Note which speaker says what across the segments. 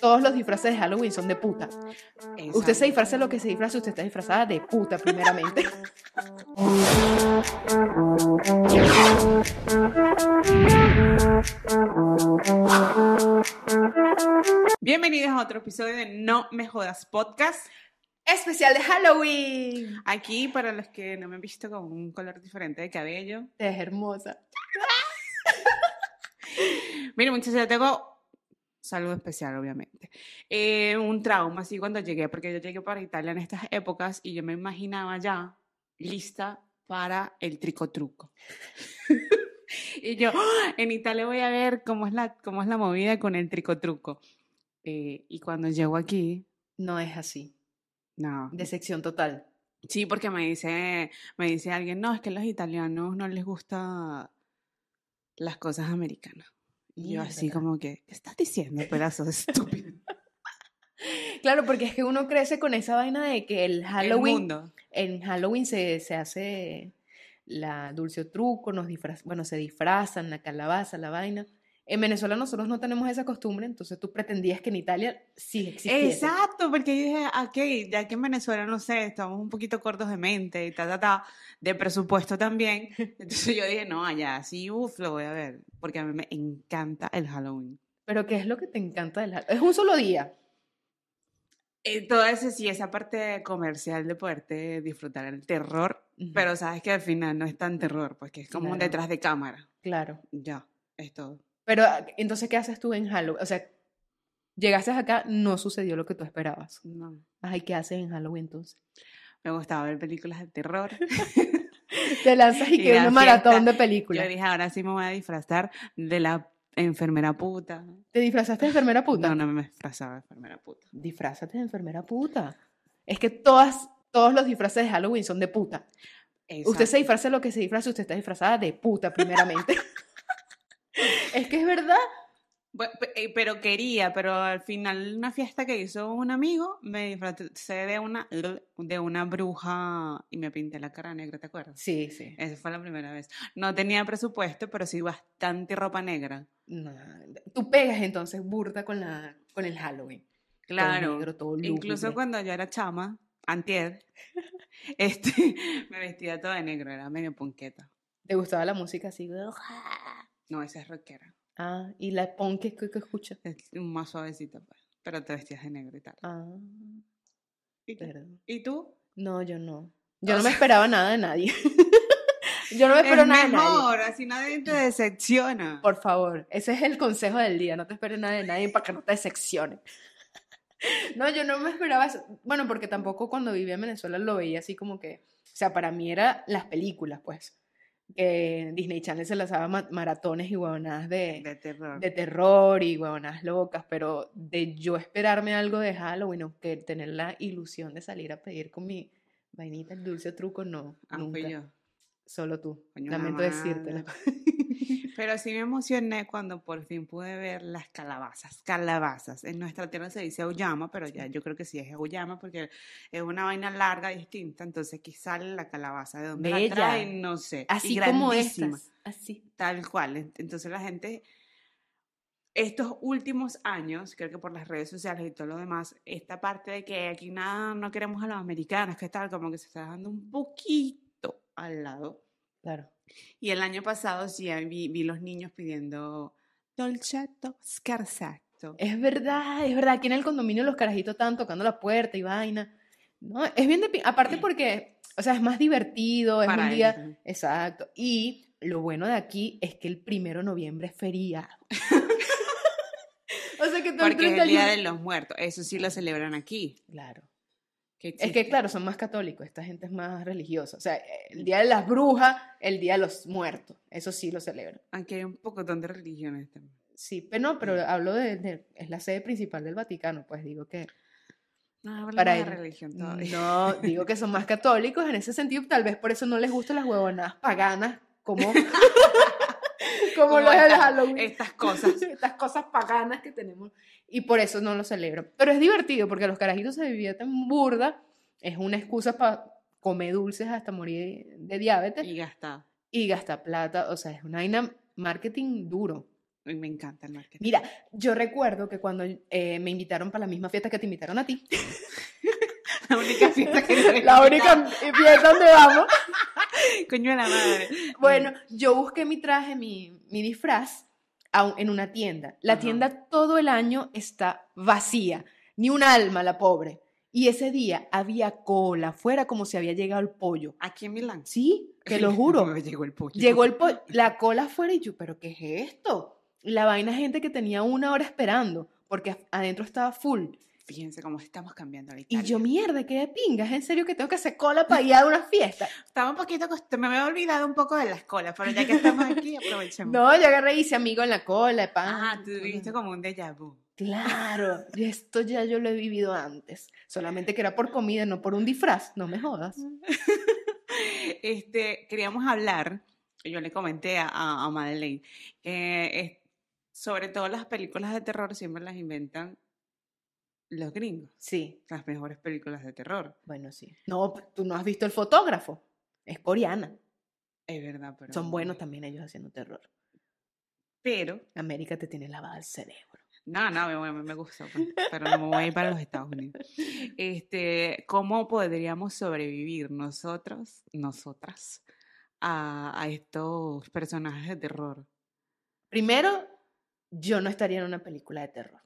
Speaker 1: todos los disfraces de Halloween son de puta.
Speaker 2: Exacto.
Speaker 1: Usted se disfraza de lo que se disfraza, usted está disfrazada de puta primeramente.
Speaker 2: Bienvenidos a otro episodio de No Me Jodas Podcast.
Speaker 1: Especial de Halloween.
Speaker 2: Aquí, para los que no me han visto con un color diferente de cabello.
Speaker 1: Es hermosa.
Speaker 2: Mira, muchachos, yo tengo saludo especial, obviamente. Eh, un trauma, así cuando llegué, porque yo llegué para Italia en estas épocas y yo me imaginaba ya lista para el tricotruco. y yo, ¡Ah! en Italia voy a ver cómo es la, cómo es la movida con el tricotruco. Eh, y cuando llego aquí,
Speaker 1: No es así.
Speaker 2: no.
Speaker 1: Decepción total.
Speaker 2: Sí, porque me dice, me dice alguien, no, es que a los italianos no les gusta las cosas americanas. Y yo así
Speaker 1: Mierda.
Speaker 2: como que, ¿qué estás diciendo, pedazo de estúpido?
Speaker 1: Claro, porque es que uno crece con esa vaina de que el
Speaker 2: El
Speaker 1: Halloween,
Speaker 2: mundo.
Speaker 1: en Halloween se, se hace la dulce o truco, nos disfraz- bueno, se disfrazan, la calabaza, la vaina. En Venezuela nosotros no tenemos esa costumbre, entonces tú pretendías que en Italia sí existiera.
Speaker 2: Exacto, porque yo dije, "Ah, ok, ya que en Venezuela, no sé, estamos un poquito cortos de mente y ta, ta, ta, de presupuesto también. Entonces yo dije, no, allá sí, uff, lo voy a ver, porque a mí me encanta el Halloween.
Speaker 1: Pero ¿qué es lo que te encanta del Halloween? Es un solo día.
Speaker 2: Entonces, Eh, sí, esa parte comercial de poderte disfrutar el terror,
Speaker 1: Ujú.
Speaker 2: pero sabes que al final no es tan terror, porque es como un
Speaker 1: Claro.
Speaker 2: detrás de cámara.
Speaker 1: Claro.
Speaker 2: Ya, es todo.
Speaker 1: Pero ah, entonces, ¿qué haces tú en Halloween? O sea, llegaste acá, no sucedió lo que tú esperabas.
Speaker 2: No.
Speaker 1: Ay, ¿qué haces en Halloween entonces?
Speaker 2: Me gustaba ver películas de terror.
Speaker 1: Te lanzas y
Speaker 2: Y
Speaker 1: que
Speaker 2: la
Speaker 1: una maratón
Speaker 2: fiesta,
Speaker 1: de películas.
Speaker 2: Yo dije, ahora sí me voy a disfrazar de la enfermera puta.
Speaker 1: ¿Te disfrazaste de enfermera puta?
Speaker 2: No, no me disfrazaba de enfermera puta.
Speaker 1: Disfrázate de enfermera puta. Es que todas, todos los disfraces de Halloween son de puta. Usted se
Speaker 2: Exacto.
Speaker 1: disfraza de lo que se disfraza, usted está disfrazada de puta primeramente. es que es verdad.
Speaker 2: Bu- pe- eh, Pero quería, pero al final una fiesta que hizo un amigo, me disfrazé de una, de una bruja y me pinté la cara negra, ¿te acuerdas?
Speaker 1: Sí, sí.
Speaker 2: Esa fue la primera vez. No tenía presupuesto, pero sí bastante ropa negra.
Speaker 1: No, tú pegas entonces burda con, la, con el Halloween. Todo
Speaker 2: Claro.
Speaker 1: negro, todo
Speaker 2: Incluso
Speaker 1: lúgubre.
Speaker 2: cuando yo era chama, antier, este, me vestía toda de negro, era medio punqueta.
Speaker 1: ¿Te gustaba la música así?
Speaker 2: No, esa es rockera.
Speaker 1: Ah, y la punk que, que escucha.
Speaker 2: Es más suavecita, pues. Pero te vestías de negro y tal.
Speaker 1: Ah,
Speaker 2: ¿Y tú?
Speaker 1: perdón.
Speaker 2: ¿Y tú?
Speaker 1: No, yo no. Yo
Speaker 2: O
Speaker 1: no
Speaker 2: sea-
Speaker 1: me esperaba nada de nadie. yo no me
Speaker 2: Es
Speaker 1: espero Pues, nada de nadie.
Speaker 2: mejor, así nadie te decepciona.
Speaker 1: Por favor, ese es el consejo del día, no te esperes nada de nadie para que no te decepcione. No, yo no me esperaba eso. Bueno, porque tampoco cuando vivía en Venezuela lo veía así como que, o sea, para mí era las películas, pues, que Disney Channel se lanzaba ma- maratones y huevonadas de,
Speaker 2: De terror.
Speaker 1: de terror y huevonadas locas, pero de yo esperarme algo de Halloween o que tener la ilusión de salir a pedir con mi vainita, el dulce o truco, no,
Speaker 2: Ah, fui
Speaker 1: nunca,
Speaker 2: yo.
Speaker 1: solo tú,
Speaker 2: Coño, una
Speaker 1: lamento decírtelo.
Speaker 2: mala. Pero sí me emocioné cuando por fin pude ver las calabazas. Calabazas. En nuestra tierra se dice auyama, pero ya yo creo que sí es auyama porque es una vaina larga distinta. Entonces aquí sale la calabaza. ¿De dónde
Speaker 1: Bella.
Speaker 2: la traen? No sé. y
Speaker 1: Así como
Speaker 2: grandísima.
Speaker 1: estas, así.
Speaker 2: Tal cual. En- Entonces la gente, estos últimos años, creo que por las redes sociales y todo lo demás, esta parte de que aquí nada, no queremos a los americanos, que tal, como que se está dejando un poquito al lado.
Speaker 1: Claro.
Speaker 2: Y el año pasado sí ahí vi, vi los niños pidiendo dolcetto, scarsato.
Speaker 1: Es verdad, es verdad. Aquí en el condominio los carajitos estaban tocando la puerta y vaina. No, es bien de... pi- Aparte porque, o sea, es más divertido, es
Speaker 2: Para
Speaker 1: un
Speaker 2: ellos
Speaker 1: día...
Speaker 2: también.
Speaker 1: Exacto. Y lo bueno de aquí es que el primero de noviembre es feriado. o sea que todo el
Speaker 2: Porque es el
Speaker 1: 31
Speaker 2: Día de los Muertos. Eso sí lo celebran aquí.
Speaker 1: Claro.
Speaker 2: Qué
Speaker 1: Es que,
Speaker 2: chiste.
Speaker 1: claro, son más católicos, esta gente es más religiosa. O sea, el Día de las Brujas, el Día de los Muertos, eso sí lo celebran.
Speaker 2: Aquí hay un pocotón de religiones también.
Speaker 1: Sí, pero no, pero hablo de, de- es la sede principal del Vaticano, pues digo que...
Speaker 2: No hablemos
Speaker 1: Para Mm,
Speaker 2: de
Speaker 1: ellos.
Speaker 2: religión todavía.
Speaker 1: No, digo que son más católicos en ese sentido, tal vez por eso no les gustan las huevonadas paganas como, como
Speaker 2: Como
Speaker 1: los del
Speaker 2: estas-
Speaker 1: Halloween.
Speaker 2: Estas cosas.
Speaker 1: Estas cosas paganas que tenemos. Y por eso no lo celebran. Pero es divertido porque los carajitos se divierten burda. Es una excusa para comer dulces hasta morir de diabetes
Speaker 2: Y gastada.
Speaker 1: y gastar plata. O sea, es una vaina marketing duro.
Speaker 2: Ay, Me encanta el marketing.
Speaker 1: Mira, yo recuerdo que cuando eh, me invitaron para la misma fiesta que te invitaron a ti,
Speaker 2: La única fiesta que no
Speaker 1: la única fiesta donde vamos,
Speaker 2: Coño de la madre. Eh,
Speaker 1: Bueno, yo busqué mi traje, mi, mi disfraz, a un- en una tienda. La
Speaker 2: Ajá.
Speaker 1: tienda todo el año está vacía, ni un alma, la pobre. Y ese día había cola afuera como si había llegado el pollo.
Speaker 2: Aquí en Milán.
Speaker 1: Sí, te lo juro.
Speaker 2: Me llegó el pollo.
Speaker 1: Llegó el pollo, la cola afuera y yo, pero ¿qué es esto? Y La vaina gente que tenía una hora esperando, porque af- adentro estaba full.
Speaker 2: Fíjense cómo estamos cambiando la
Speaker 1: Y
Speaker 2: Italia.
Speaker 1: yo, mierda, qué de pingas, en serio que tengo que hacer cola para ir a una fiesta.
Speaker 2: estaba un poquito acost- me había olvidado un poco de las colas, pero ya que estamos aquí, aprovechemos.
Speaker 1: No, yo agarré y hice amigo en la cola, pan.
Speaker 2: Ah, tú viviste como un déjà vu.
Speaker 1: Claro, y esto ya yo lo he vivido antes. Solamente que era por comida, no por un disfraz. No me jodas.
Speaker 2: Este, queríamos hablar, y yo le comenté a, a a Madeleine, eh, es- sobre todo las películas de terror siempre las inventan los gringos,
Speaker 1: Sí,
Speaker 2: las mejores películas de terror.
Speaker 1: bueno, sí. No, p- tú no has visto el fotógrafo. Es coreana.
Speaker 2: Es verdad, pero...
Speaker 1: Son buenos
Speaker 2: también.
Speaker 1: también ellos haciendo terror.
Speaker 2: Pero,
Speaker 1: América te tiene lavada el cerebro.
Speaker 2: no, no, me, me- me gustó, pues, pero no me voy a ir para los Estados Unidos. Este, ¿cómo podríamos sobrevivir nosotros, nosotras, a, a estos personajes de terror?
Speaker 1: Primero, yo no estaría en una película de terror.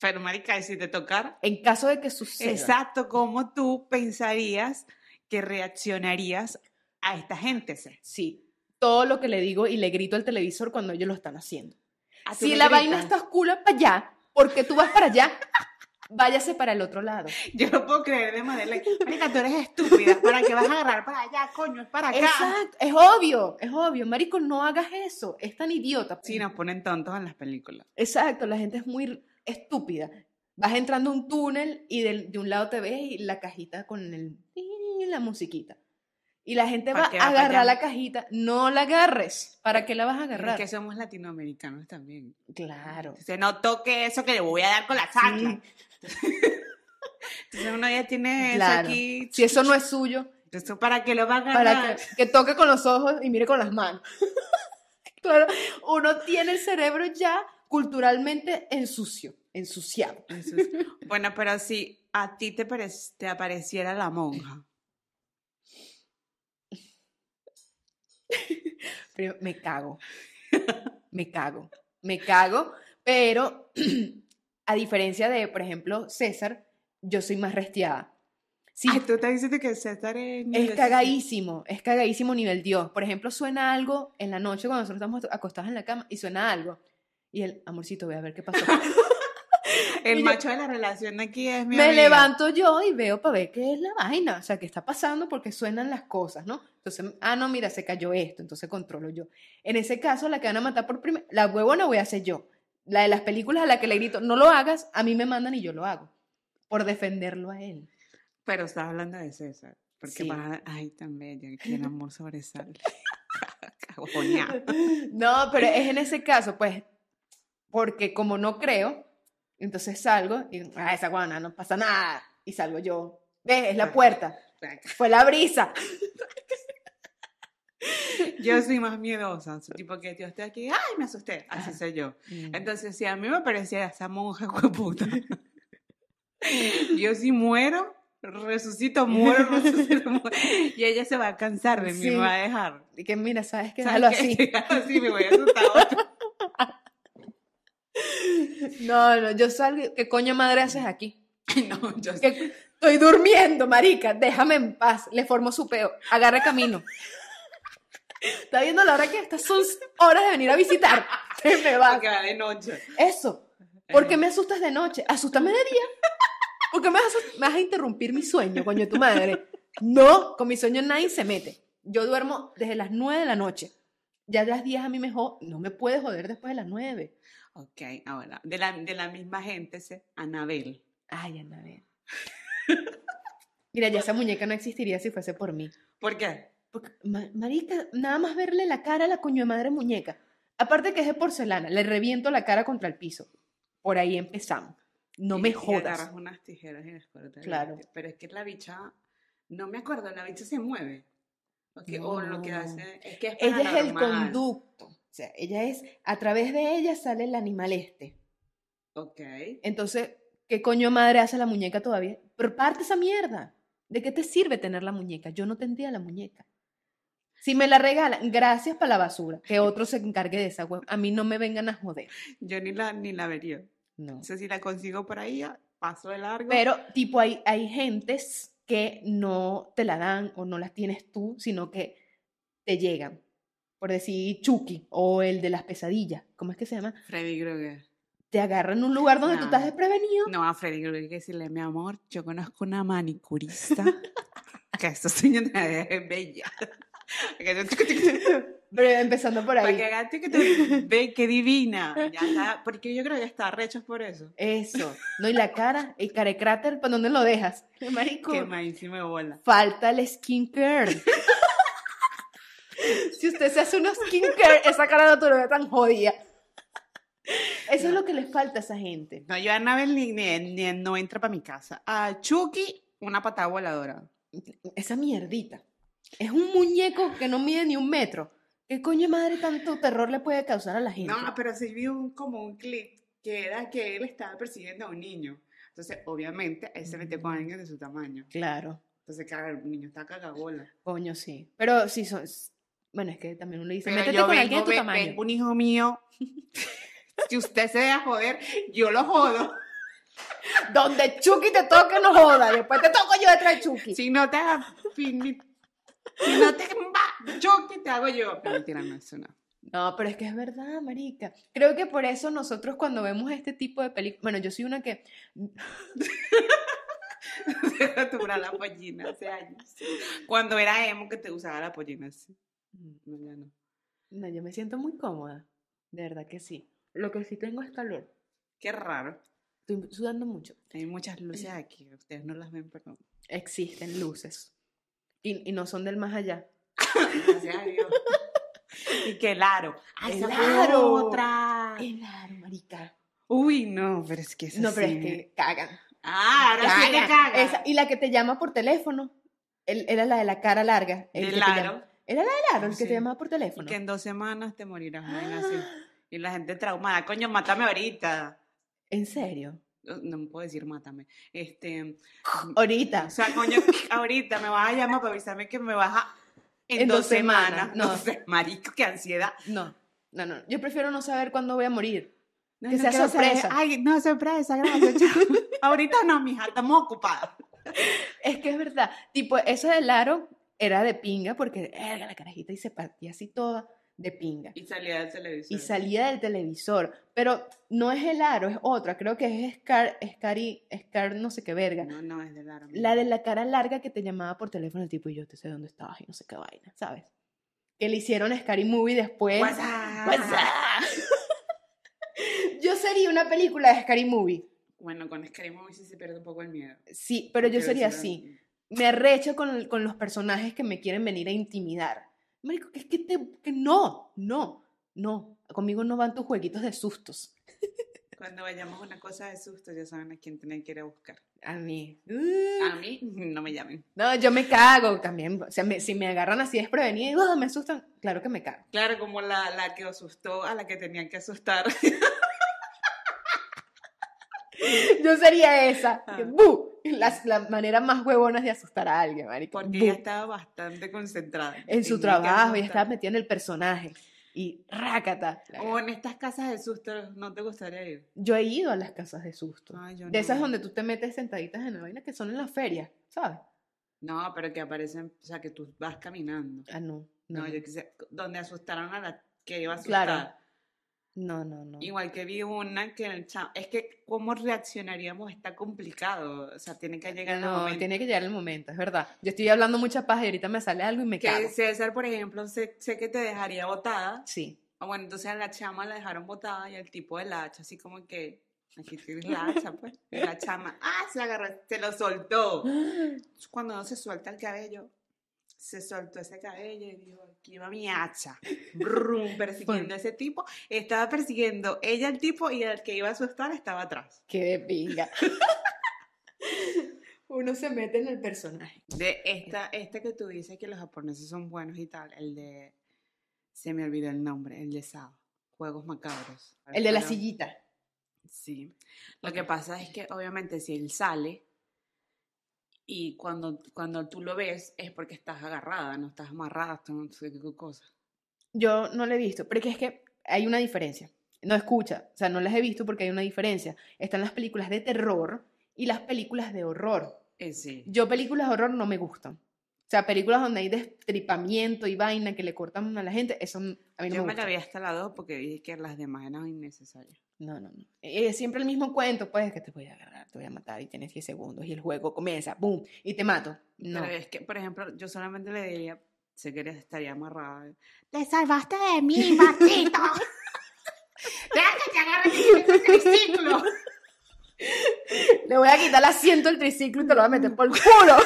Speaker 2: Pero, marica, y si te tocar...
Speaker 1: En caso de que suceda.
Speaker 2: Exacto, ¿cómo tú pensarías que reaccionarías a esta gente? Cel?
Speaker 1: Sí. Todo lo que le digo y le grito al televisor cuando ellos lo están haciendo.
Speaker 2: Ah, tú
Speaker 1: Si
Speaker 2: le
Speaker 1: la vaina está
Speaker 2: gritas.
Speaker 1: oscura para allá, porque tú vas para allá, váyase para el otro lado.
Speaker 2: Yo no puedo creer de Madeleine. Marica, tú eres estúpida. ¿Para qué vas a agarrar para allá, coño? Es para acá.
Speaker 1: Exacto, es obvio, es obvio. Marico, no hagas eso, es tan idiota.
Speaker 2: Sí, nos ponen tontos en las películas.
Speaker 1: Exacto, la gente es muy estúpida. Vas entrando a un túnel y del- de un lado te ves y la cajita con el, y la musiquita. Y la gente va
Speaker 2: ¿Para
Speaker 1: a
Speaker 2: qué va para
Speaker 1: agarrar
Speaker 2: allá?
Speaker 1: la cajita. No la agarres. ¿Para qué la vas a agarrar?
Speaker 2: Es que somos latinoamericanos también.
Speaker 1: Claro.
Speaker 2: Se no toque eso que le voy a dar con la sangre. Entonces uno ya tiene
Speaker 1: Claro.
Speaker 2: eso aquí.
Speaker 1: Si eso no es suyo,
Speaker 2: ¿Eso para qué lo va a agarrar?
Speaker 1: para que, que toque con los ojos y mire con las manos. claro, uno tiene el cerebro ya culturalmente en sucio, ensuciado.
Speaker 2: Eso es- Bueno, pero si a ti te, parec- te apareciera la monja.
Speaker 1: Pero me cago. Me cago. Me cago. Pero a diferencia de, por ejemplo, César, yo soy más restiada. Sí,
Speaker 2: Ay, tú estás diciendo que César
Speaker 1: es
Speaker 2: es... nivel-
Speaker 1: cagadísimo. Es cagadísimo nivel Dios. Por ejemplo, suena algo en la noche cuando nosotros estamos acostados en la cama y suena algo. Y el amorcito, voy a ver qué pasó.
Speaker 2: El
Speaker 1: Y yo-
Speaker 2: macho de la relación aquí es mi
Speaker 1: Me
Speaker 2: amiga.
Speaker 1: levanto yo y veo para ver qué es la vaina, o sea, qué está pasando porque suenan las cosas, ¿no? Entonces, ah, no, mira, se cayó esto, entonces controlo yo. En ese caso, la que van a matar por primero, la huevona voy a hacer yo. La de las películas a la que le grito, no lo hagas, a mí me mandan y yo lo hago, por defenderlo a él.
Speaker 2: Pero estás hablando de César. Porque
Speaker 1: Sí.
Speaker 2: vas a- Ay, tan bella. Que el amor sobresale. Cagoña.
Speaker 1: No, pero es en ese caso, pues, porque como no creo, entonces salgo y, ah, esa guana, no pasa nada, y salgo yo. ¿Ves? Es
Speaker 2: Ah.
Speaker 1: la puerta, fue la brisa.
Speaker 2: Yo soy más miedosa. soy Tipo que yo estoy aquí. Ay, me asusté. Así
Speaker 1: Ajá.
Speaker 2: soy yo. Entonces, si a mí me apareciera esa monja hueputa, yo si muero, resucito, muero, resucito, muero. Y ella se va a cansar de mí,
Speaker 1: Sí.
Speaker 2: me va a dejar.
Speaker 1: Y que mira, sabes que
Speaker 2: ¿Sabes
Speaker 1: déjalo
Speaker 2: qué?
Speaker 1: así.
Speaker 2: Déjalo así, me voy a asustar otra.
Speaker 1: No, no, yo salgo. y, ¿Qué coño madre haces aquí?
Speaker 2: Ay, No, yo
Speaker 1: Que estoy durmiendo, marica. Déjame en paz. Le formo su peo. Agarre camino. Está viendo la hora que estas son horas de venir a visitar. Que me va.
Speaker 2: porque va de noche.
Speaker 1: Eso. ¿Por
Speaker 2: Eh.
Speaker 1: qué me asustas de noche? Asústame de día. ¿Por qué me vas, a, me vas a interrumpir mi sueño, coño de tu madre? No, con mi sueño nadie se mete. Yo duermo desde las 9 de la noche. Ya las 10 a mí me jo- No me puedes joder después de las 9.
Speaker 2: Ok, ahora, de la, de la misma gente, se- Anabel.
Speaker 1: Ay, Anabel. Mira, ya esa muñeca no existiría si fuese por mí.
Speaker 2: ¿Por qué?
Speaker 1: Porque, ma- marica, nada más verle la cara a la coño de madre muñeca. Aparte que es de porcelana, le reviento la cara contra el piso. Por ahí empezamos. No
Speaker 2: Y-
Speaker 1: me
Speaker 2: y
Speaker 1: jodas.
Speaker 2: agarras unas tijeras y las cortas. la
Speaker 1: Claro.
Speaker 2: bicha. Pero es que la bicha, no me acuerdo, la bicha se mueve. Ok, O lo que
Speaker 1: No.
Speaker 2: hace es que es
Speaker 1: Ella es el
Speaker 2: paranormal.
Speaker 1: conducto. O sea, ella es, a través de ella sale el animal este.
Speaker 2: Ok.
Speaker 1: Entonces, ¿qué coño madre hace la muñeca todavía? Pero parte esa mierda. ¿De qué te sirve tener la muñeca? Yo no tendría la muñeca. Si me la regalan, gracias para la basura. Que otro se encargue de esa hueá. A mí no me vengan a joder.
Speaker 2: Yo ni la, ni la vería.
Speaker 1: No.
Speaker 2: No sé si la consigo por ahí, ya paso de largo.
Speaker 1: Pero, tipo, hay, hay gentes que no te la dan o no las tienes tú, sino que te llegan. Por decir Chucky o el de las pesadillas. ¿Cómo es que se llama?
Speaker 2: Freddy Krueger.
Speaker 1: Te agarran en un lugar donde tú estás
Speaker 2: No.
Speaker 1: desprevenido.
Speaker 2: No, a Freddy Krueger hay que decirle, mi amor, yo conozco una manicurista que estos sueños es bella. Que yo- tucu, tucu, tucu,
Speaker 1: Pero empezando por
Speaker 2: Para que
Speaker 1: ahí.
Speaker 2: haga tucu, tucu, ve qué divina. Ya está, porque yo creo que está rechos por eso.
Speaker 1: Eso. No, y la cara, el carecráter, ¿para dónde lo dejas? Marico.
Speaker 2: Que maísimo de bola.
Speaker 1: falta el skincare. si usted se hace un skincare, esa cara no te lo ve tan jodida. Eso es lo que les falta a esa gente.
Speaker 2: No, yo a Anabel ni, ni- ni- no entra para mi casa. A Chucky, una patada voladora.
Speaker 1: Esa mierdita. Es un muñeco que no mide ni un metro. ¿Qué coño de madre tanto terror le puede causar a la gente?
Speaker 2: No, pero sí vi un, como un clip que era que él estaba persiguiendo a un niño. Entonces, obviamente, él se metió
Speaker 1: Mm.
Speaker 2: con alguien de su tamaño.
Speaker 1: Claro,
Speaker 2: Entonces, claro, el niño está cagabola.
Speaker 1: coño sí. Pero sí son... Bueno, es que también uno le dice,
Speaker 2: Pero
Speaker 1: métete
Speaker 2: yo
Speaker 1: con alguien de
Speaker 2: vengo,
Speaker 1: tu
Speaker 2: ve-
Speaker 1: tamaño.
Speaker 2: vengo un hijo mío. si usted se deja joder, yo lo jodo.
Speaker 1: Donde Chucky te toque, no joda. Después te toco yo detrás de Chucky.
Speaker 2: Si no te si ni- si no te va, yo que te hago yo. No, mentira, no, eso no.
Speaker 1: No, pero es que es verdad, marica. Creo que por eso nosotros cuando vemos este tipo de películas, bueno, yo soy una que
Speaker 2: Tumbra la pollina hace años. Cuando era emo que te usaba la pollina así.
Speaker 1: Mm.
Speaker 2: No, ya no.
Speaker 1: no, yo me siento muy cómoda, de verdad que sí. Lo que sí tengo es calor.
Speaker 2: Qué raro.
Speaker 1: Estoy sudando mucho.
Speaker 2: Hay muchas luces aquí. Ustedes no las ven, pero
Speaker 1: Existen luces y, y no son del más allá.
Speaker 2: gracias a Dios. Y que el aro. ¡Ay, esa fue
Speaker 1: aro!
Speaker 2: otra!
Speaker 1: Claro, marica.
Speaker 2: Uy, Eh. no, pero es que es
Speaker 1: No, pero es que cagan.
Speaker 2: Ah, ahora sí que
Speaker 1: Cagan.
Speaker 2: caga.
Speaker 1: Esa- y la que te llama por teléfono, él- era la de la cara larga. el que te
Speaker 2: Del
Speaker 1: llama-
Speaker 2: aro.
Speaker 1: Era la del aro, el que te
Speaker 2: Sí.
Speaker 1: llamaba por
Speaker 2: Y
Speaker 1: teléfono.
Speaker 2: que en dos semanas te morirás. una vaina así.
Speaker 1: Ah,
Speaker 2: Y la gente traumada. Coño, mátame ahorita.
Speaker 1: ¿En serio?
Speaker 2: No, No me puedo decir mátame. Este,
Speaker 1: Ahorita.
Speaker 2: o sea, coño, ahorita me vas a llamar para avisarme que me vas a... En, dos, semanas. No, sé, marico, qué ansiedad.
Speaker 1: No, no, no. Yo prefiero no saber cuándo voy a morir.
Speaker 2: No,
Speaker 1: Que
Speaker 2: no
Speaker 1: sea
Speaker 2: quiero saber.
Speaker 1: sorpresa.
Speaker 2: Ay, no, sorpresa, gracias. chao. ahorita no, mija, estamos ocupadas.
Speaker 1: Es que es verdad. Tipo, esa del aro era de pinga porque erga, la carajita y se partía así toda de pinga.
Speaker 2: Y salía del televisor.
Speaker 1: Y salía del televisor. Pero no es el aro, es otra. Creo que es Scar, Scar y Scar no sé qué verga.
Speaker 2: No, no, es del aro.
Speaker 1: La de la cara larga que te llamaba por teléfono el tipo y yo te sé dónde estabas y no sé qué vaina, ¿sabes? Que le hicieron Scar y Movie después.
Speaker 2: What's up?
Speaker 1: What's up? yo sería una película de Scary Movie.
Speaker 2: Bueno, con Scary Movie sí se pierde un poco el miedo.
Speaker 1: Sí, pero yo
Speaker 2: Porque
Speaker 1: sería
Speaker 2: esa-
Speaker 1: así. me arrecho con, con los personajes que me quieren venir a intimidar. Marico, que es que te. que no, no, no. Conmigo no van tus jueguitos de sustos.
Speaker 2: Cuando vayamos a una cosa de susto, ya saben a quién tienen que ir a buscar.
Speaker 1: A mí.
Speaker 2: A mí no me llamen.
Speaker 1: No, yo me cago también. O sea, me- si me agarran así desprevenida y "Ah, me asustan, claro que me cago.
Speaker 2: Claro, como la, la que asustó a la que tenían que asustar.
Speaker 1: Yo sería esa.
Speaker 2: Ah.
Speaker 1: que, ¡bu! Las- La, manera más huevona de asustar a alguien, marico.
Speaker 2: Porque
Speaker 1: ¡bu!
Speaker 2: ella estaba bastante concentrada.
Speaker 1: en su
Speaker 2: Tenía que
Speaker 1: trabajo y estaba
Speaker 2: asustar.
Speaker 1: metida en el personaje. Y rácata. la-
Speaker 2: O en estas casas de susto, ¿no te gustaría ir?
Speaker 1: Yo he ido a las casas de susto.
Speaker 2: Ay, yo
Speaker 1: De esas
Speaker 2: no.
Speaker 1: donde tú te metes sentaditas en la vaina que son en las ferias, ¿sabes?
Speaker 2: No, pero que aparecen, o sea, que tú vas caminando.
Speaker 1: Ah, no. No,
Speaker 2: No, yo quise, donde asustaron a la que iba a asustar.
Speaker 1: Claro. no, no. no.
Speaker 2: Igual que vi una que en el cha- es que cómo reaccionaríamos está complicado, o sea, tiene que llegar el
Speaker 1: No,
Speaker 2: momento.
Speaker 1: tiene que llegar el momento, es verdad. Yo estoy hablando mucha paja y ahorita me sale algo y me
Speaker 2: Que
Speaker 1: cago.
Speaker 2: César, por ejemplo, sé, sé que te dejaría botada.
Speaker 1: Sí.
Speaker 2: Ah, Bueno, entonces a la chama la dejaron botada y el tipo de la hacha, así como que, aquí tienes la hacha, pues. Y la chama, ah, se agarró, se lo soltó. Cuando no se suelta el cabello, se soltó ese cabello y dijo, aquí va mi hacha. Brum, persiguiendo a ese tipo. Estaba persiguiendo ella al tipo y el que iba a asustar estaba atrás.
Speaker 1: Qué de pinga. Uno se mete en el personaje.
Speaker 2: este De esta, esta que tú dices que los japoneses son buenos y tal, el de Se me olvidó el nombre, el de Sao. Juegos macabros.
Speaker 1: El de la
Speaker 2: Pero-
Speaker 1: sillita.
Speaker 2: Sí. Lo que pasa es que obviamente si él sale y cuando, cuando tú lo ves es porque estás agarrada, no estás amarrada, tú no sé qué cosa.
Speaker 1: Yo no lo he visto, porque es que hay una diferencia. No escucha, o sea, no las he visto porque hay una diferencia. Están las películas de terror y las películas de horror.
Speaker 2: Eh, sí.
Speaker 1: Yo películas de horror no me gustan. O sea, películas donde hay destripamiento y vaina que le cortan a la gente, eso n- a mí no
Speaker 2: Yo
Speaker 1: me
Speaker 2: me la
Speaker 1: gusta.
Speaker 2: vi hasta la 2 porque dije que las demás eran innecesarias.
Speaker 1: No, no, no. Es siempre el mismo cuento, pues, que te voy a agarrar, te voy a matar y tienes 10 segundos y el juego comienza, boom, y te mato. No.
Speaker 2: Pero es que, por ejemplo, yo solamente le diría, sé que estaría amarrada. ¡Te salvaste de mí, maldito!
Speaker 1: Le voy a quitar el asiento al triciclo y te lo voy a meter por el culo.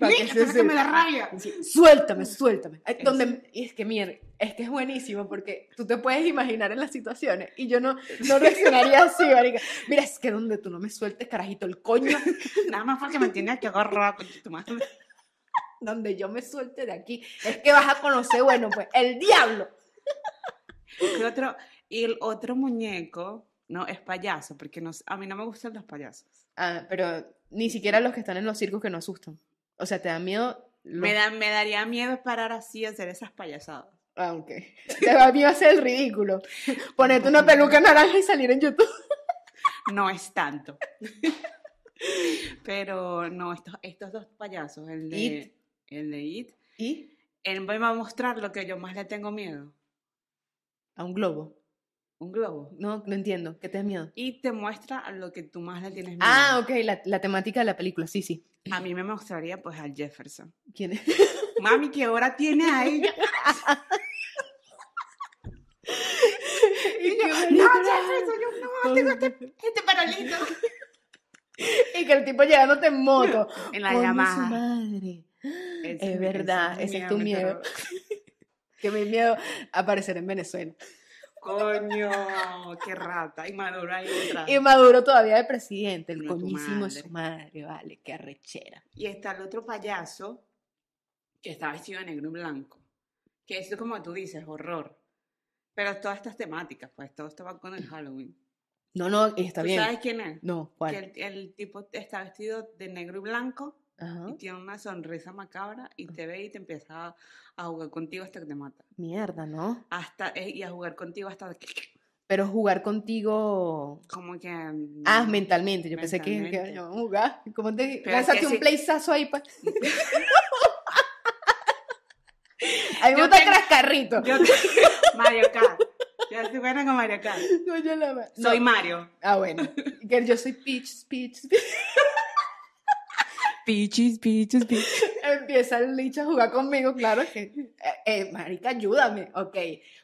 Speaker 1: Pa' que se sepa.
Speaker 2: rabia!
Speaker 1: Sí, Suéltame, suéltame. Ay, Donde, y es que mierda, es que es buenísimo porque tú te puedes imaginar en las situaciones y yo no, no reaccionaría así, marica. Mira, es que donde tú no me sueltes, carajito, el coño,
Speaker 2: Nada más porque me tienes que agarrar con tu madre.
Speaker 1: donde yo me suelte de aquí, es que vas a conocer, bueno, pues, el diablo.
Speaker 2: ¿Qué otro? Y el otro muñeco, no, es payaso, porque no, a mí no me gustan los payasos.
Speaker 1: Ah, pero ni siquiera los que están en los circos que no asustan. O sea, te da miedo. los-
Speaker 2: Me, da, me daría miedo parar así a hacer esas payasadas.
Speaker 1: Ah, ok. Te da miedo hacer el ridículo. Ponerte una peluca naranja y salir en YouTube.
Speaker 2: No es tanto. Pero no, estos, estos dos payasos, el de
Speaker 1: It.
Speaker 2: El de It,
Speaker 1: Y
Speaker 2: él me va a mostrar lo que yo más le tengo miedo,
Speaker 1: a un globo.
Speaker 2: un globo.
Speaker 1: No, no entiendo. ¿Qué te da miedo?
Speaker 2: Y te muestra a lo que tú más le tienes miedo.
Speaker 1: Ah, ok, la, la temática de la película, sí, sí.
Speaker 2: A mí me mostraría pues al Jefferson.
Speaker 1: ¿Quién es?
Speaker 2: Mami, ¿qué hora tiene ahí?
Speaker 1: y, que,
Speaker 2: no,
Speaker 1: marica,
Speaker 2: Jefferson, yo no, tengo este, este paralito.
Speaker 1: y que el tipo llegándote en moto.
Speaker 2: En la
Speaker 1: Coño, su
Speaker 2: llamada.
Speaker 1: madre.
Speaker 2: Ese
Speaker 1: Es
Speaker 2: mi-
Speaker 1: verdad, ese es tu
Speaker 2: mi
Speaker 1: miedo.
Speaker 2: terror.
Speaker 1: Que mi miedo a aparecer en Venezuela.
Speaker 2: Coño, qué rata. Y Maduro ahí detrás.
Speaker 1: Y Maduro todavía de presidente, el
Speaker 2: No, tu
Speaker 1: coñísimo de
Speaker 2: madre.
Speaker 1: su madre, vale, qué arrechera.
Speaker 2: Y está el otro payaso que está vestido de negro y blanco. Que eso, como tú dices, horror. Pero todas estas temáticas, pues todo esto va con el Halloween.
Speaker 1: No, no, está
Speaker 2: ¿Tú
Speaker 1: bien.
Speaker 2: sabes quién es?
Speaker 1: No, ¿cuál?
Speaker 2: Que el, el tipo está vestido de negro y blanco
Speaker 1: Ajá.
Speaker 2: y tiene una sonrisa macabra y te ve y te empieza a, a jugar contigo hasta que te mata.
Speaker 1: Mierda, ¿no?
Speaker 2: Hasta, eh, y a jugar contigo hasta que,
Speaker 1: Pero jugar contigo.
Speaker 2: como que...
Speaker 1: Ah,
Speaker 2: mm,
Speaker 1: mentalmente. Yo pensé que, que
Speaker 2: Mentalmente.
Speaker 1: no, jugar. ¿Cómo te
Speaker 2: Pero es que
Speaker 1: lanzaste un
Speaker 2: sí.
Speaker 1: playzazo ahí? Pues? A mí me
Speaker 2: Yo
Speaker 1: gusta
Speaker 2: tengo-
Speaker 1: Crascarrito.
Speaker 2: Yo Mario Kart. Ya se buena con Mario Kart.
Speaker 1: Coño la ma-
Speaker 2: Soy
Speaker 1: No.
Speaker 2: Mario.
Speaker 1: Ah, bueno. Que yo soy Peach, Peach, Peach.
Speaker 2: Pichis, pichis, pichis.
Speaker 1: Empieza el licho a jugar conmigo, claro que. Eh, eh, marica, ayúdame. Ok.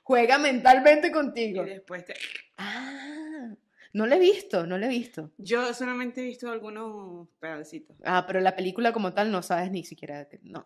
Speaker 1: Juega mentalmente
Speaker 2: Y
Speaker 1: contigo.
Speaker 2: después te-
Speaker 1: Ah. No lo he visto, no lo he visto.
Speaker 2: Yo solamente he visto algunos pedacitos.
Speaker 1: Ah, pero la película como tal no sabes ni siquiera. que- No.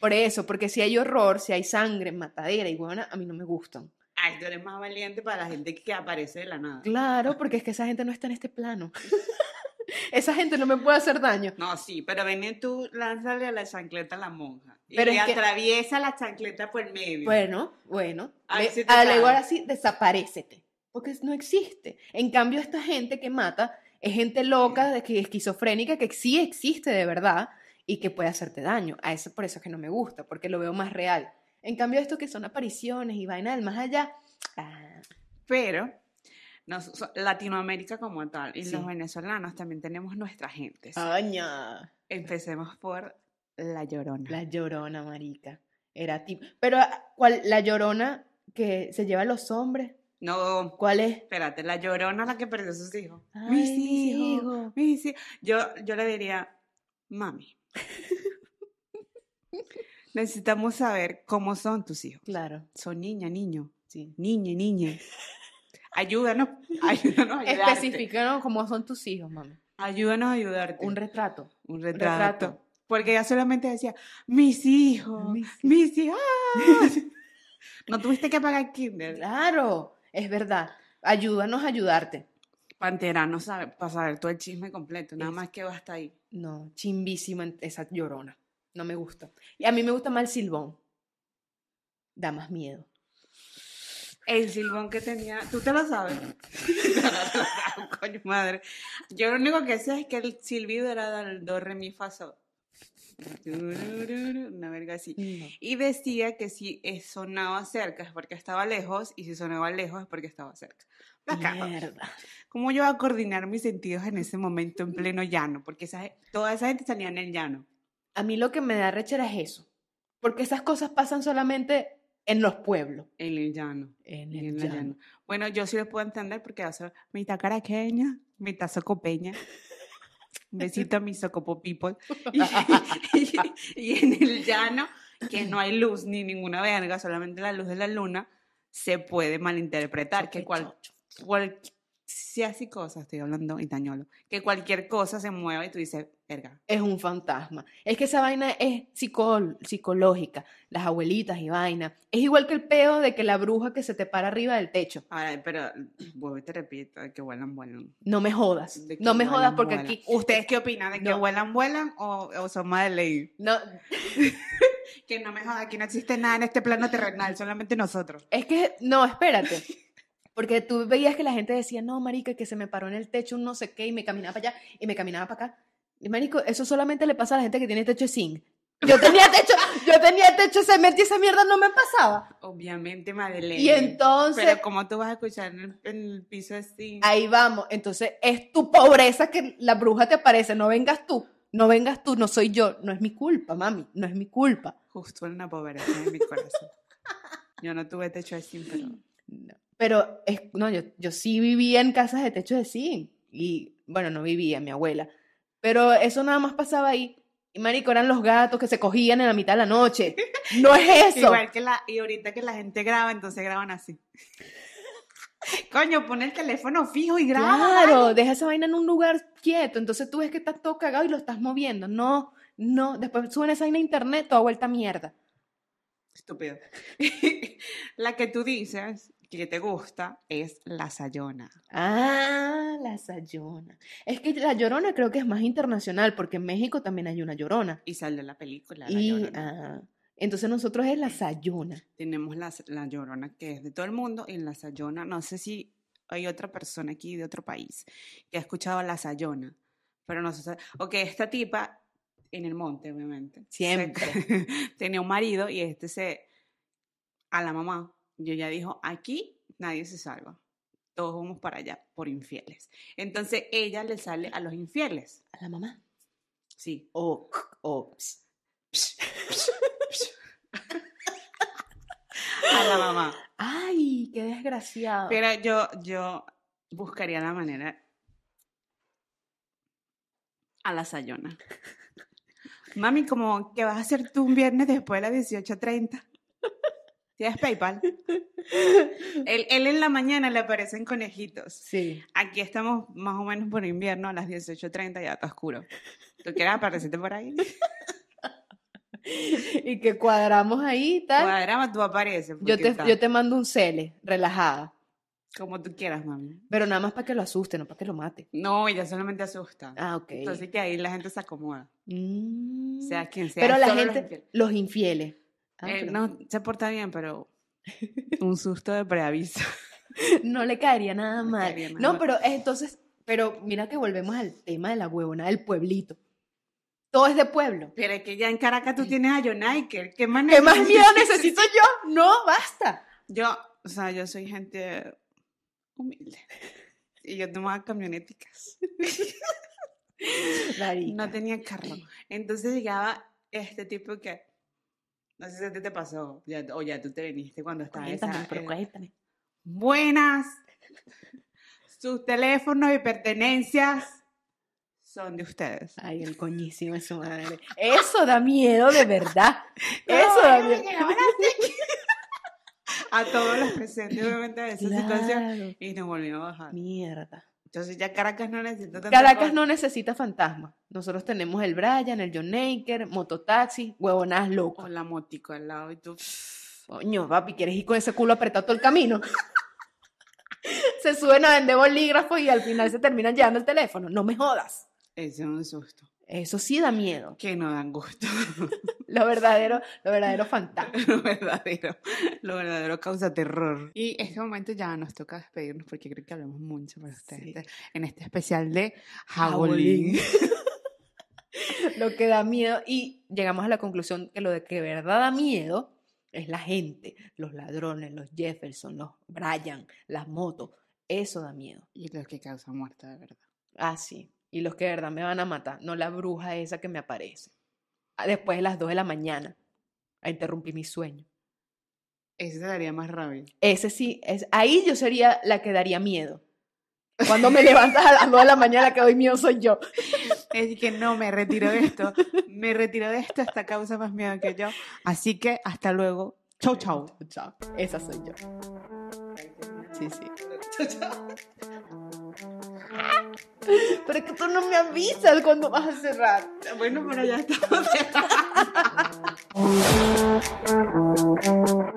Speaker 1: Por eso, porque si hay horror, si hay sangre, matadera y buena, a mí no me gustan.
Speaker 2: Ay, tú eres más valiente para la gente que aparece de la nada.
Speaker 1: Claro, porque es que esa gente no está en este plano. esa gente no me puede hacer daño.
Speaker 2: No, sí, pero ven tú, lánzale a la chancleta a la monja. Y
Speaker 1: Pero
Speaker 2: le
Speaker 1: es que-
Speaker 2: atraviesa la chancleta por el medio.
Speaker 1: Bueno, bueno.
Speaker 2: A ver
Speaker 1: ve-
Speaker 2: si te
Speaker 1: Al igual
Speaker 2: cae.
Speaker 1: así, desaparécete. Porque no existe. En cambio, esta gente que mata es gente loca, de que- esquizofrénica, que sí existe de verdad y que puede hacerte daño. A eso por eso es que no me gusta, porque lo veo más real. En cambio, esto que son apariciones y vaina del más allá. ah,
Speaker 2: Pero nos- so- Latinoamérica como tal y
Speaker 1: Sí. Ah,
Speaker 2: los venezolanos también tenemos nuestra gente.
Speaker 1: coño.
Speaker 2: Empecemos por La Llorona.
Speaker 1: La llorona, marica. Era tipo. Pero, ah, ¿cuál, la llorona que se lleva a los hombres?
Speaker 2: No,
Speaker 1: ¿Cuál es?
Speaker 2: Espérate, la llorona la que perdió a sus hijos.
Speaker 1: Ay,
Speaker 2: mis
Speaker 1: mis
Speaker 2: hijos,
Speaker 1: hijos.
Speaker 2: mis hijos. Yo, yo le diría, mami, necesitamos saber cómo son tus hijos.
Speaker 1: Claro,
Speaker 2: Son niña, niño,
Speaker 1: sí.
Speaker 2: niña, niña. Ayúdanos, ayúdanos a ayudarte.
Speaker 1: Especificanos cómo son tus hijos, mami.
Speaker 2: Ayúdanos a ayudarte.
Speaker 1: Un retrato.
Speaker 2: Un
Speaker 1: retrato.
Speaker 2: retrato. Porque ella solamente decía, mis hijos,
Speaker 1: Mis
Speaker 2: mis hijos. no tuviste que pagar kinder.
Speaker 1: Claro, es verdad. Ayúdanos a ayudarte.
Speaker 2: Pantera, no sabe, para saber todo el chisme completo, nada
Speaker 1: Es-
Speaker 2: más que va hasta ahí.
Speaker 1: No, chimbísima en- esa llorona. No me gusta. Y a mí me gusta más el silbón. Da más miedo.
Speaker 2: El silbón que tenía, tú te lo sabes. Yo no te lo sabes, coño madre. Yo lo único que sé es que el silbido era del do, re, mi, fa, sol. Turururu, Una verga así. Y decía que si eh, sonaba cerca es porque estaba lejos y si sonaba lejos es porque estaba cerca. La cago.
Speaker 1: Mierda.
Speaker 2: ¿Cómo yo voy a coordinar mis sentidos en ese momento en pleno llano? Porque esa- toda esa gente salía en el llano.
Speaker 1: A mí lo que me da rechera es eso. Porque esas cosas pasan solamente en los pueblos.
Speaker 2: En el llano.
Speaker 1: En
Speaker 2: en
Speaker 1: el
Speaker 2: el
Speaker 1: llano.
Speaker 2: llano. Bueno, yo sí los puedo entender porque yo soy mitad caraqueña, mitad socopeña. Un besito a mis socopo people. Y, y- y en el llano, que no hay luz ni ninguna verga, solamente la luz de la luna, se puede malinterpretar que cual,
Speaker 1: Chocho.
Speaker 2: cual si así cosas, estoy hablando itañolo, que cualquier cosa se mueva y tú dices, verga.
Speaker 1: Es un fantasma. Es que esa vaina es psicol- psicológica. Las abuelitas y vaina. Es igual que el peo de que la bruja que se te para arriba del techo.
Speaker 2: Ahora, pero vuelvo y te repito, de que vuelan, vuelan.
Speaker 1: No me jodas.
Speaker 2: De que
Speaker 1: No me
Speaker 2: vuelan,
Speaker 1: jodas porque
Speaker 2: vuelan.
Speaker 1: aquí.
Speaker 2: ¿Ustedes qué opinan? ¿De que
Speaker 1: No.
Speaker 2: vuelan, vuelan o, o son más de ley?
Speaker 1: No,
Speaker 2: Que no me joda, aquí no existe nada en este plano terrenal, solamente nosotros.
Speaker 1: Es que, no, espérate. Porque tú veías que la gente decía, no, marica, que se me paró en el techo un no sé qué y me caminaba para allá y me caminaba para acá. Y marico, eso solamente le pasa a la gente que tiene techo de zinc. Yo tenía techo, yo tenía techo de cemento y esa mierda no me pasaba.
Speaker 2: Obviamente, Madeleine.
Speaker 1: Y entonces,
Speaker 2: Pero como tú vas a escuchar en el, en el piso así.
Speaker 1: ahí vamos. Entonces, es tu pobreza que la bruja te aparece. No vengas tú, no vengas tú, no soy yo. No es mi culpa, mami, no es mi culpa.
Speaker 2: Justo en la pobreza de mi corazón. Yo no tuve techo así, pero...
Speaker 1: No. Pero es, no, yo, yo sí vivía en casas de techo de zinc. Y bueno, no vivía, mi abuela. Pero eso nada más pasaba ahí. Y marico, eran los gatos que se cogían en la mitad de la noche. No es eso.
Speaker 2: Igual que la... Y ahorita que la gente graba, entonces graban así. Coño, pon el teléfono fijo y graba.
Speaker 1: Claro, deja esa vaina en un lugar quieto. Entonces tú ves que estás todo cagado y lo estás moviendo. No, no. Después suben esa vaina a internet, toda vuelta a mierda.
Speaker 2: Estúpido. la que tú dices que te gusta es la sayona.
Speaker 1: Ah, la Sayona. Es que la Llorona creo que es más internacional, porque en México también hay una Llorona.
Speaker 2: Y salió la película. La
Speaker 1: Y,
Speaker 2: Llorona.
Speaker 1: ah, entonces nosotros es la Sayona.
Speaker 2: tenemos la, la llorona que es de todo el mundo y la sayona, no sé si hay otra persona aquí de otro país que ha escuchado la sayona, pero no sé, o que esta tipa en el monte, obviamente, se-
Speaker 1: Siempre.
Speaker 2: tenía un marido y este se, a la mamá, yo ya dijo, aquí nadie se salva, todos vamos para allá por infieles. Entonces ella le sale a los infieles,
Speaker 1: a la mamá.
Speaker 2: sí,
Speaker 1: O, o ps.
Speaker 2: a la mamá.
Speaker 1: Ay, qué desgraciado.
Speaker 2: Pero yo, yo buscaría la manera a la sayona. Mami, como que vas a hacer tú un viernes después de las 18.30. Tienes PayPal. Él, él en la mañana le aparecen conejitos.
Speaker 1: sí.
Speaker 2: Aquí estamos más o menos por invierno a las 18.30, ya está oscuro. ¿Tú quieres aparecerte por ahí?
Speaker 1: Y que cuadramos ahí, tal.
Speaker 2: Cuadrama, tú apareces.
Speaker 1: Yo
Speaker 2: porque
Speaker 1: te,
Speaker 2: está
Speaker 1: yo te mando un cele, relajada.
Speaker 2: Como tú quieras, mami.
Speaker 1: Pero nada más para que lo asuste, no para que lo mate.
Speaker 2: No, ella solamente asusta.
Speaker 1: Ah, ok.
Speaker 2: Entonces que ahí la gente se acomoda.
Speaker 1: Mm.
Speaker 2: Sea quien sea.
Speaker 1: pero la
Speaker 2: solo los infieles.
Speaker 1: gente, los infieles. Ah,
Speaker 2: Eh,
Speaker 1: pero
Speaker 2: no, se porta bien, pero un susto de preaviso.
Speaker 1: no le caería nada
Speaker 2: No
Speaker 1: mal.
Speaker 2: caería nada
Speaker 1: no,
Speaker 2: mal.
Speaker 1: pero eh, entonces, pero mira que volvemos al tema de la huevona del pueblito. Todo es de pueblo.
Speaker 2: Pero es que ya en Caracas tú tienes a John Iker. ¿Qué más
Speaker 1: ¿Qué más
Speaker 2: necesitas?
Speaker 1: miedo necesito yo? No, basta.
Speaker 2: Yo, o sea, yo soy gente humilde. Y yo tomaba camioneticas. No
Speaker 1: Marica.
Speaker 2: tenía carro. Entonces llegaba este tipo que... No sé si a ti te pasó, ya- o ya tú te viniste cuando estaba esa...
Speaker 1: Cuéntame, pero
Speaker 2: eh,
Speaker 1: cuéntame.
Speaker 2: Buenas. Sus teléfonos y pertenencias son de ustedes.
Speaker 1: Ay, el coñísimo es su madre. Eso da miedo, de verdad. Eso da miedo.
Speaker 2: a todos los presentes, obviamente, de esa situación.
Speaker 1: Claro,
Speaker 2: Y nos volvimos a bajar.
Speaker 1: mierda.
Speaker 2: Entonces ya Caracas no necesita tanta
Speaker 1: Caracas
Speaker 2: cosa.
Speaker 1: no necesita fantasma. Nosotros tenemos el Brian, el John Naker, mototaxi, huevonadas
Speaker 2: O
Speaker 1: locos.
Speaker 2: la motico al lado y tú.
Speaker 1: Coño, papi, ¿quieres ir con ese culo apretado todo el camino? se suben a vender bolígrafos y al final se terminan llevando el teléfono. No me jodas.
Speaker 2: Ese es un susto.
Speaker 1: Eso sí da miedo.
Speaker 2: que no dan gusto.
Speaker 1: Lo verdadero, lo verdadero fantasma.
Speaker 2: lo verdadero, lo verdadero causa terror. Y este momento ya nos toca despedirnos porque creo que hablamos mucho para ustedes
Speaker 1: Sí.
Speaker 2: en este especial de
Speaker 1: Jabolín.
Speaker 2: Jabolín.
Speaker 1: lo que da miedo y llegamos a la conclusión que lo de que verdad da miedo es la gente, los ladrones, los Jefferson, los Brian, las motos, eso da miedo.
Speaker 2: Y lo que causa muerte, de verdad.
Speaker 1: Ah, sí. Y los que de verdad me van a matar, no la bruja esa que me aparece. Ah, Después de las 2 de la mañana, a interrumpir mi sueño.
Speaker 2: Ese te daría más rabia.
Speaker 1: Ese sí, es, ahí yo sería la que daría miedo. Cuando me levantas a las 2 de la mañana, la que doy miedo soy yo.
Speaker 2: Es que no, me retiro de esto. Me retiro de esto. Esta causa más miedo que yo. Así que hasta luego. Chau, chau.
Speaker 1: Chao. Esa soy yo. Sí, sí. Pero es que tú no me avisas cuando vas a cerrar.
Speaker 2: Bueno, pero ya estamos.